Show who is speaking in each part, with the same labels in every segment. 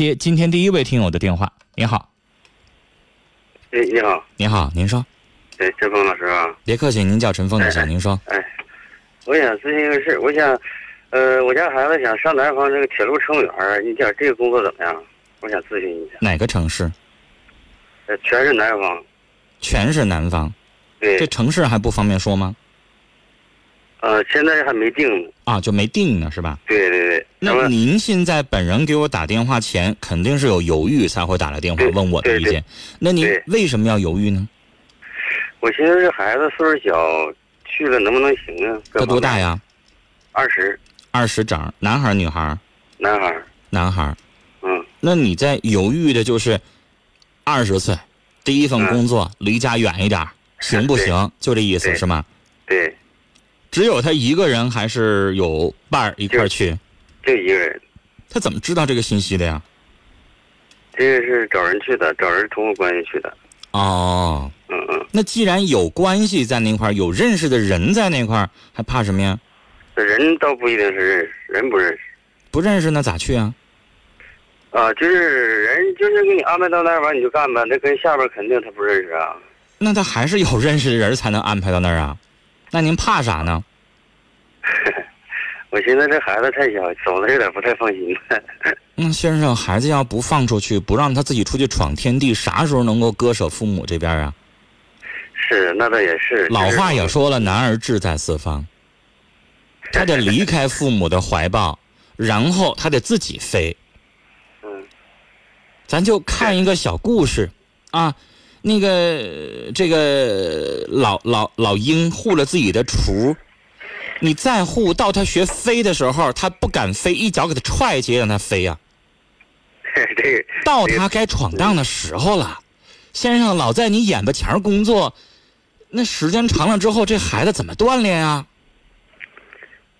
Speaker 1: 接今天第一位听友的电话。您好，
Speaker 2: 哎，你好，
Speaker 1: 您好，您说，
Speaker 2: 哎，陈峰老师啊，
Speaker 1: 别客气，您叫陈峰就行。您说，
Speaker 2: 我想咨询个事儿，我想，呃，我家孩子想上南方这个铁路乘务员儿，你讲这个工作怎么样？我想咨询一下，
Speaker 1: 哪个城市？
Speaker 2: 呃，全是南方，
Speaker 1: 全是南方，
Speaker 2: 对
Speaker 1: 这，城市还不方便说吗？
Speaker 2: 呃，现在还没定呢，
Speaker 1: 啊，就没定呢，是吧？
Speaker 2: 对对对，
Speaker 1: 那
Speaker 2: 咱们
Speaker 1: 您现在本人给我打电话前，肯定是有犹豫才会打来电话
Speaker 2: 对
Speaker 1: 问我的
Speaker 2: 对
Speaker 1: 意
Speaker 2: 对
Speaker 1: 见。那您
Speaker 2: 对
Speaker 1: 为什么要犹豫呢？
Speaker 2: 我寻思这孩子岁数小，去了能不能行啊？各
Speaker 1: 他多
Speaker 2: 方面
Speaker 1: 大？呀？
Speaker 2: 二十，
Speaker 1: 二十整，男孩儿女孩儿？
Speaker 2: 男孩儿，
Speaker 1: 男孩儿。
Speaker 2: 嗯，
Speaker 1: 那你在犹豫的就是二十岁，第一份
Speaker 2: 嗯
Speaker 1: 工作、离家远一点儿，行不
Speaker 2: 对
Speaker 1: 行？就这意思
Speaker 2: 对
Speaker 1: 是吗？
Speaker 2: 对，
Speaker 1: 只有他一个人，还是有伴儿一块儿去？
Speaker 2: 就一个人，
Speaker 1: 他怎么知道这个信息的呀？
Speaker 2: 这个是找人去的，找人通过关系去的，
Speaker 1: 哦，
Speaker 2: 嗯嗯，
Speaker 1: 那既然有关系在那块儿，有认识的人在那块儿，还怕什么呀？
Speaker 2: 这人倒不一定是认识，人不认识。
Speaker 1: 不认识那咋去啊？
Speaker 2: 啊，就是人就是给你安排到那儿完你就干吧，那跟下边肯定他不认识啊。
Speaker 1: 那他还是有认识的人才能安排到那儿啊？那您怕啥呢？
Speaker 2: 我寻思这孩子太小，走的有点不太放心。
Speaker 1: 嗯，先生，孩子要不放出去，不让他自己出去闯天地，啥时候能够割舍父母这边啊？
Speaker 2: 是，那倒也是。
Speaker 1: 老话也
Speaker 2: 也
Speaker 1: 说了，男儿志在四 方，他得离开父母的怀抱，然后他得自己飞。
Speaker 2: 嗯，
Speaker 1: 咱就看一个小故事啊，那个这个老老老鹰护了自己的雏，你再护到它学飞的时候，它不敢飞，一脚给它踹起来让它飞啊呀、
Speaker 2: 这个
Speaker 1: 到它该闯荡的时候了。先生老在你眼巴前儿工作，那时间长了之后，这孩子怎么锻炼啊？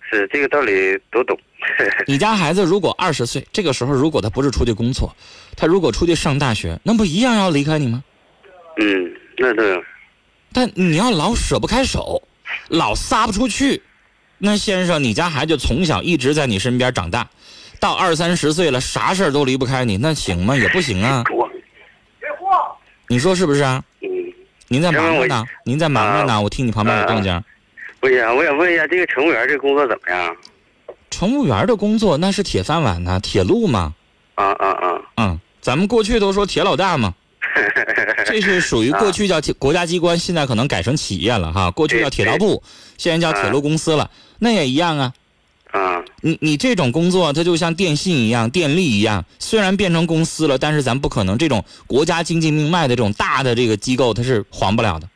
Speaker 2: 是这个道理都懂。
Speaker 1: 你家孩子如果二十岁，这个时候如果他不是出去工作，他如果出去上大学，那不一样要离开你吗？
Speaker 2: 嗯，那倒
Speaker 1: 但你要老舍不开手，老撒不出去，那先生，你家孩子从小一直在你身边长大，到二三十岁了，啥事儿都离不开你，那行吗？也不行啊，
Speaker 2: 我
Speaker 1: 你说是不是啊？
Speaker 2: 嗯，
Speaker 1: 您在忙着
Speaker 2: 因为啊
Speaker 1: 呢，您在忙着呢，我听你旁边有动静。
Speaker 2: 我想我想问一下，这个乘务员这工作怎么样？
Speaker 1: 乘务员的工作那是铁饭碗呐、铁路嘛，
Speaker 2: 啊啊啊！
Speaker 1: 嗯，咱们过去都说铁老大嘛，这是属于过去叫铁国家机关，现在可能改成企业了哈。过去叫铁道部，现在叫铁路公司了，那也一样啊。
Speaker 2: 啊，
Speaker 1: 你你这种工作，它就像电信一样、电力一样，虽然变成公司了，但是咱不可能这种国家经济命脉的这种大的这个机构，它是黄不了的，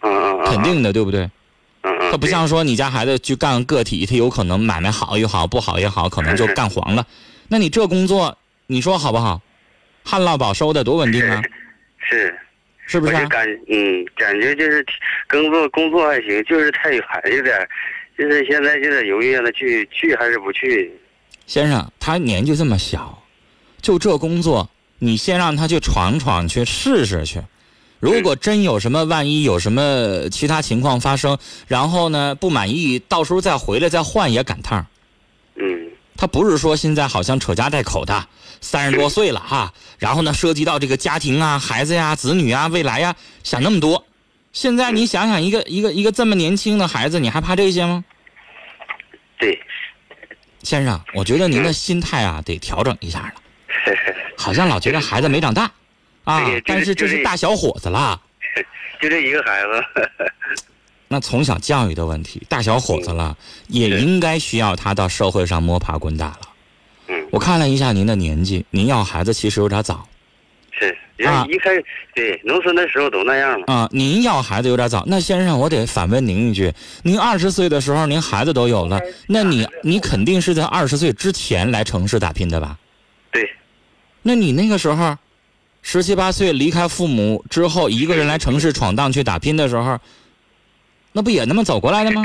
Speaker 2: 啊啊啊！
Speaker 1: 肯。定的，对不对？
Speaker 2: 嗯嗯。
Speaker 1: 它不 像说你家孩子去干个体，他有可能买卖好也好，不好也好，可能就干黄了。那你这工作，你说好不好？旱涝保收的多稳定啊，
Speaker 2: 是。
Speaker 1: 是不
Speaker 2: 我
Speaker 1: 是、啊
Speaker 2: 就？感嗯，感觉就是工作工作还行，就是太远，有点儿，就是现在就在犹豫让他去去还是不去。
Speaker 1: 先生，他年纪这么小，就这工作，你先让他去闯闯去试试去。如果真有什么万一有什么其他情况发生，然后呢不满意，到时候再回来再换也赶趟儿。
Speaker 2: 嗯
Speaker 1: 他不是说现在好像扯家带口的，三十多岁了哈，然后呢涉及到这个家庭啊、孩子呀、子女啊、未来呀，想那么多。现在你想想，一个一个一个这么年轻的孩子，你还怕这些吗？，
Speaker 2: 对，
Speaker 1: 先生，我觉得您的心态啊得调整一下了。 好像老觉得孩子没长大，啊
Speaker 2: 对，
Speaker 1: 但是这
Speaker 2: 就是是
Speaker 1: 大小伙子啦。
Speaker 2: 就这一个孩子。
Speaker 1: 那从小教育的问题，大小伙子了，也
Speaker 2: 嗯是
Speaker 1: 应该需要他到社会上摸爬滚打了。
Speaker 2: 嗯，
Speaker 1: 我看了一下您的年纪，您要孩子其实有点早
Speaker 2: 是人
Speaker 1: 啊
Speaker 2: 一开始对农村的时候都那样嘛。
Speaker 1: 啊、您要孩子有点早。那先生，我得反问您一句：您二十岁的时候，您孩子都有了，那你你肯定是在二十岁之前来城市打拼的吧？
Speaker 2: 对，
Speaker 1: 那你那个时候，十七八岁离开父母之后，一个人来城市闯荡去打拼的时候，那不也那么走过来的吗？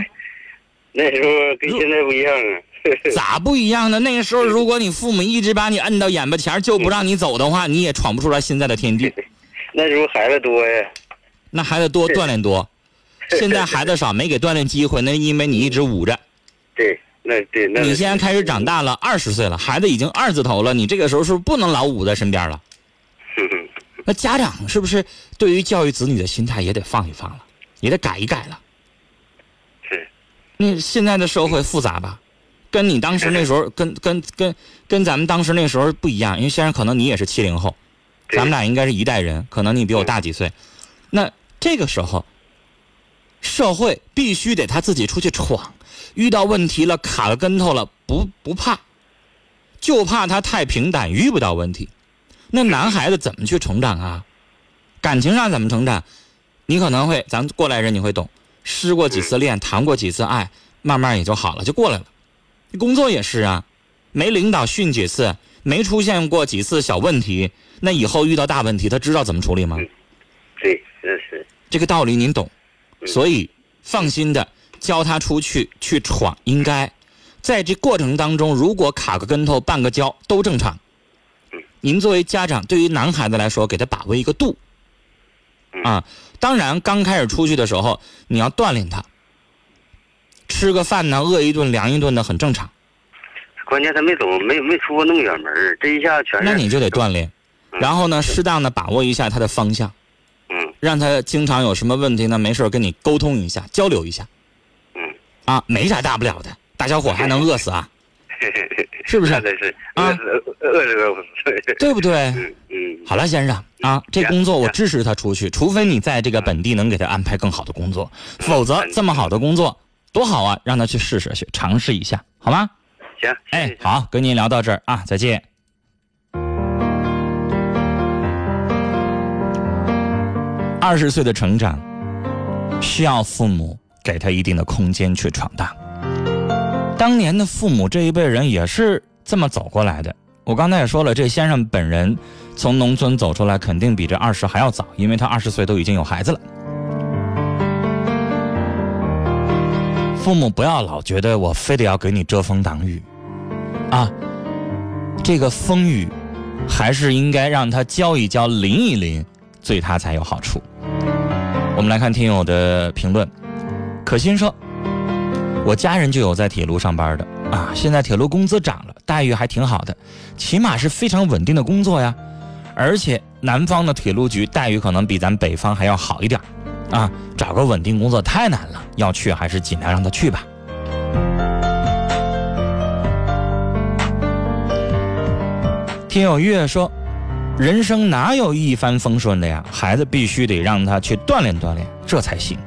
Speaker 2: 那时候跟现在不一样啊。
Speaker 1: 咋不一样呢？那个时候，如果你父母一直把你摁到眼巴前儿就不让你走的话，你也闯不出来现在的天地。
Speaker 2: 那时候孩子多呀。
Speaker 1: 那孩子多锻炼多，现在孩子少，没给锻炼机会，那因为你一直捂着。
Speaker 2: 对，那对，那
Speaker 1: 你现在开始 长大了，二十岁了，孩子已经二字头了，你这个时候是不是不能老捂在身边了？
Speaker 2: 哼哼
Speaker 1: 那家长是不是对于教育子女的心态也得放一放了，也得改一改了？
Speaker 2: 是，
Speaker 1: 那现在的社会复杂吧，跟你当时那时候，跟跟跟跟咱们当时那时候不一样，因为先生可能你也是七零后，
Speaker 2: 对
Speaker 1: 咱们俩应该是一代人，可能你比我大几岁。那这个时候，社会必须得他自己出去闯，遇到问题了、卡了跟头了，不不怕，就怕他太平淡，遇不到问题。那男孩子怎么去成长啊？感情上怎么成长？你可能会，咱们过来人你会懂，失过几次恋，谈过几次爱，慢慢也就好了，就过来了。工作也是啊，没领导训几次，没出现过几次小问题，那以后遇到大问题，他知道怎么处理吗？
Speaker 2: 对，是是，
Speaker 1: 这个道理您懂，
Speaker 2: 嗯
Speaker 1: 所以放心的教他出去去闯，应该在这过程当中，如果卡个跟头、绊个跤都正常
Speaker 2: 嗯。
Speaker 1: 您作为家长，对于男孩子来说，给他把握一个度
Speaker 2: 嗯
Speaker 1: 啊。当然，刚开始出去的时候，你要锻炼他，吃个饭呢，饿一顿、凉一顿的很正常，
Speaker 2: 关键他没走，没没出过那么远门儿这一下哎全是。
Speaker 1: 那你就得锻炼。
Speaker 2: 嗯
Speaker 1: 然后呢，适当的把握一下他的方向，
Speaker 2: 嗯
Speaker 1: 让他经常有什么问题呢，没事儿跟你沟通一下，交流一下。
Speaker 2: 嗯，
Speaker 1: 啊，没啥大不了的，大小伙还能饿死 啊？是不
Speaker 2: 那
Speaker 1: 是？
Speaker 2: 真是
Speaker 1: 啊
Speaker 2: 饿饿着饿不死。
Speaker 1: 对不对？
Speaker 2: 嗯嗯，
Speaker 1: 好了，先生啊，这
Speaker 2: 行
Speaker 1: 工作我
Speaker 2: 行
Speaker 1: 支持他出去，除非你在这个本地能给他安排更好的工作，否则
Speaker 2: 嗯
Speaker 1: 这么好的工作多好啊，让他去试试去尝试一下，好吗？
Speaker 2: 行，谢
Speaker 1: 哎
Speaker 2: 谢，
Speaker 1: 好，跟您聊到这儿啊，再见。二十岁的成长，需要父母给他一定的空间去闯荡。当年的父母这一辈人也是这么走过来的。我刚才也说了，这先生本人从农村走出来，肯定比这二十还要早，因为他二十岁都已经有孩子了。父母不要老觉得我非得要给你遮风挡雨，啊，这个风雨还是应该让它浇一浇、淋一淋，对它才有好处。我们来看听友的评论，可心说：“我家人就有在铁路上班的啊，现在铁路工资涨了，待遇还挺好的，起码是非常稳定的工作呀。而且南方的铁路局待遇可能比咱北方还要好一点儿啊，找个稳定工作太难了，要去还是尽量让他去吧。”听友月说：“人生哪有一帆风顺的呀？孩子必须得让他去锻炼锻炼，这才行。”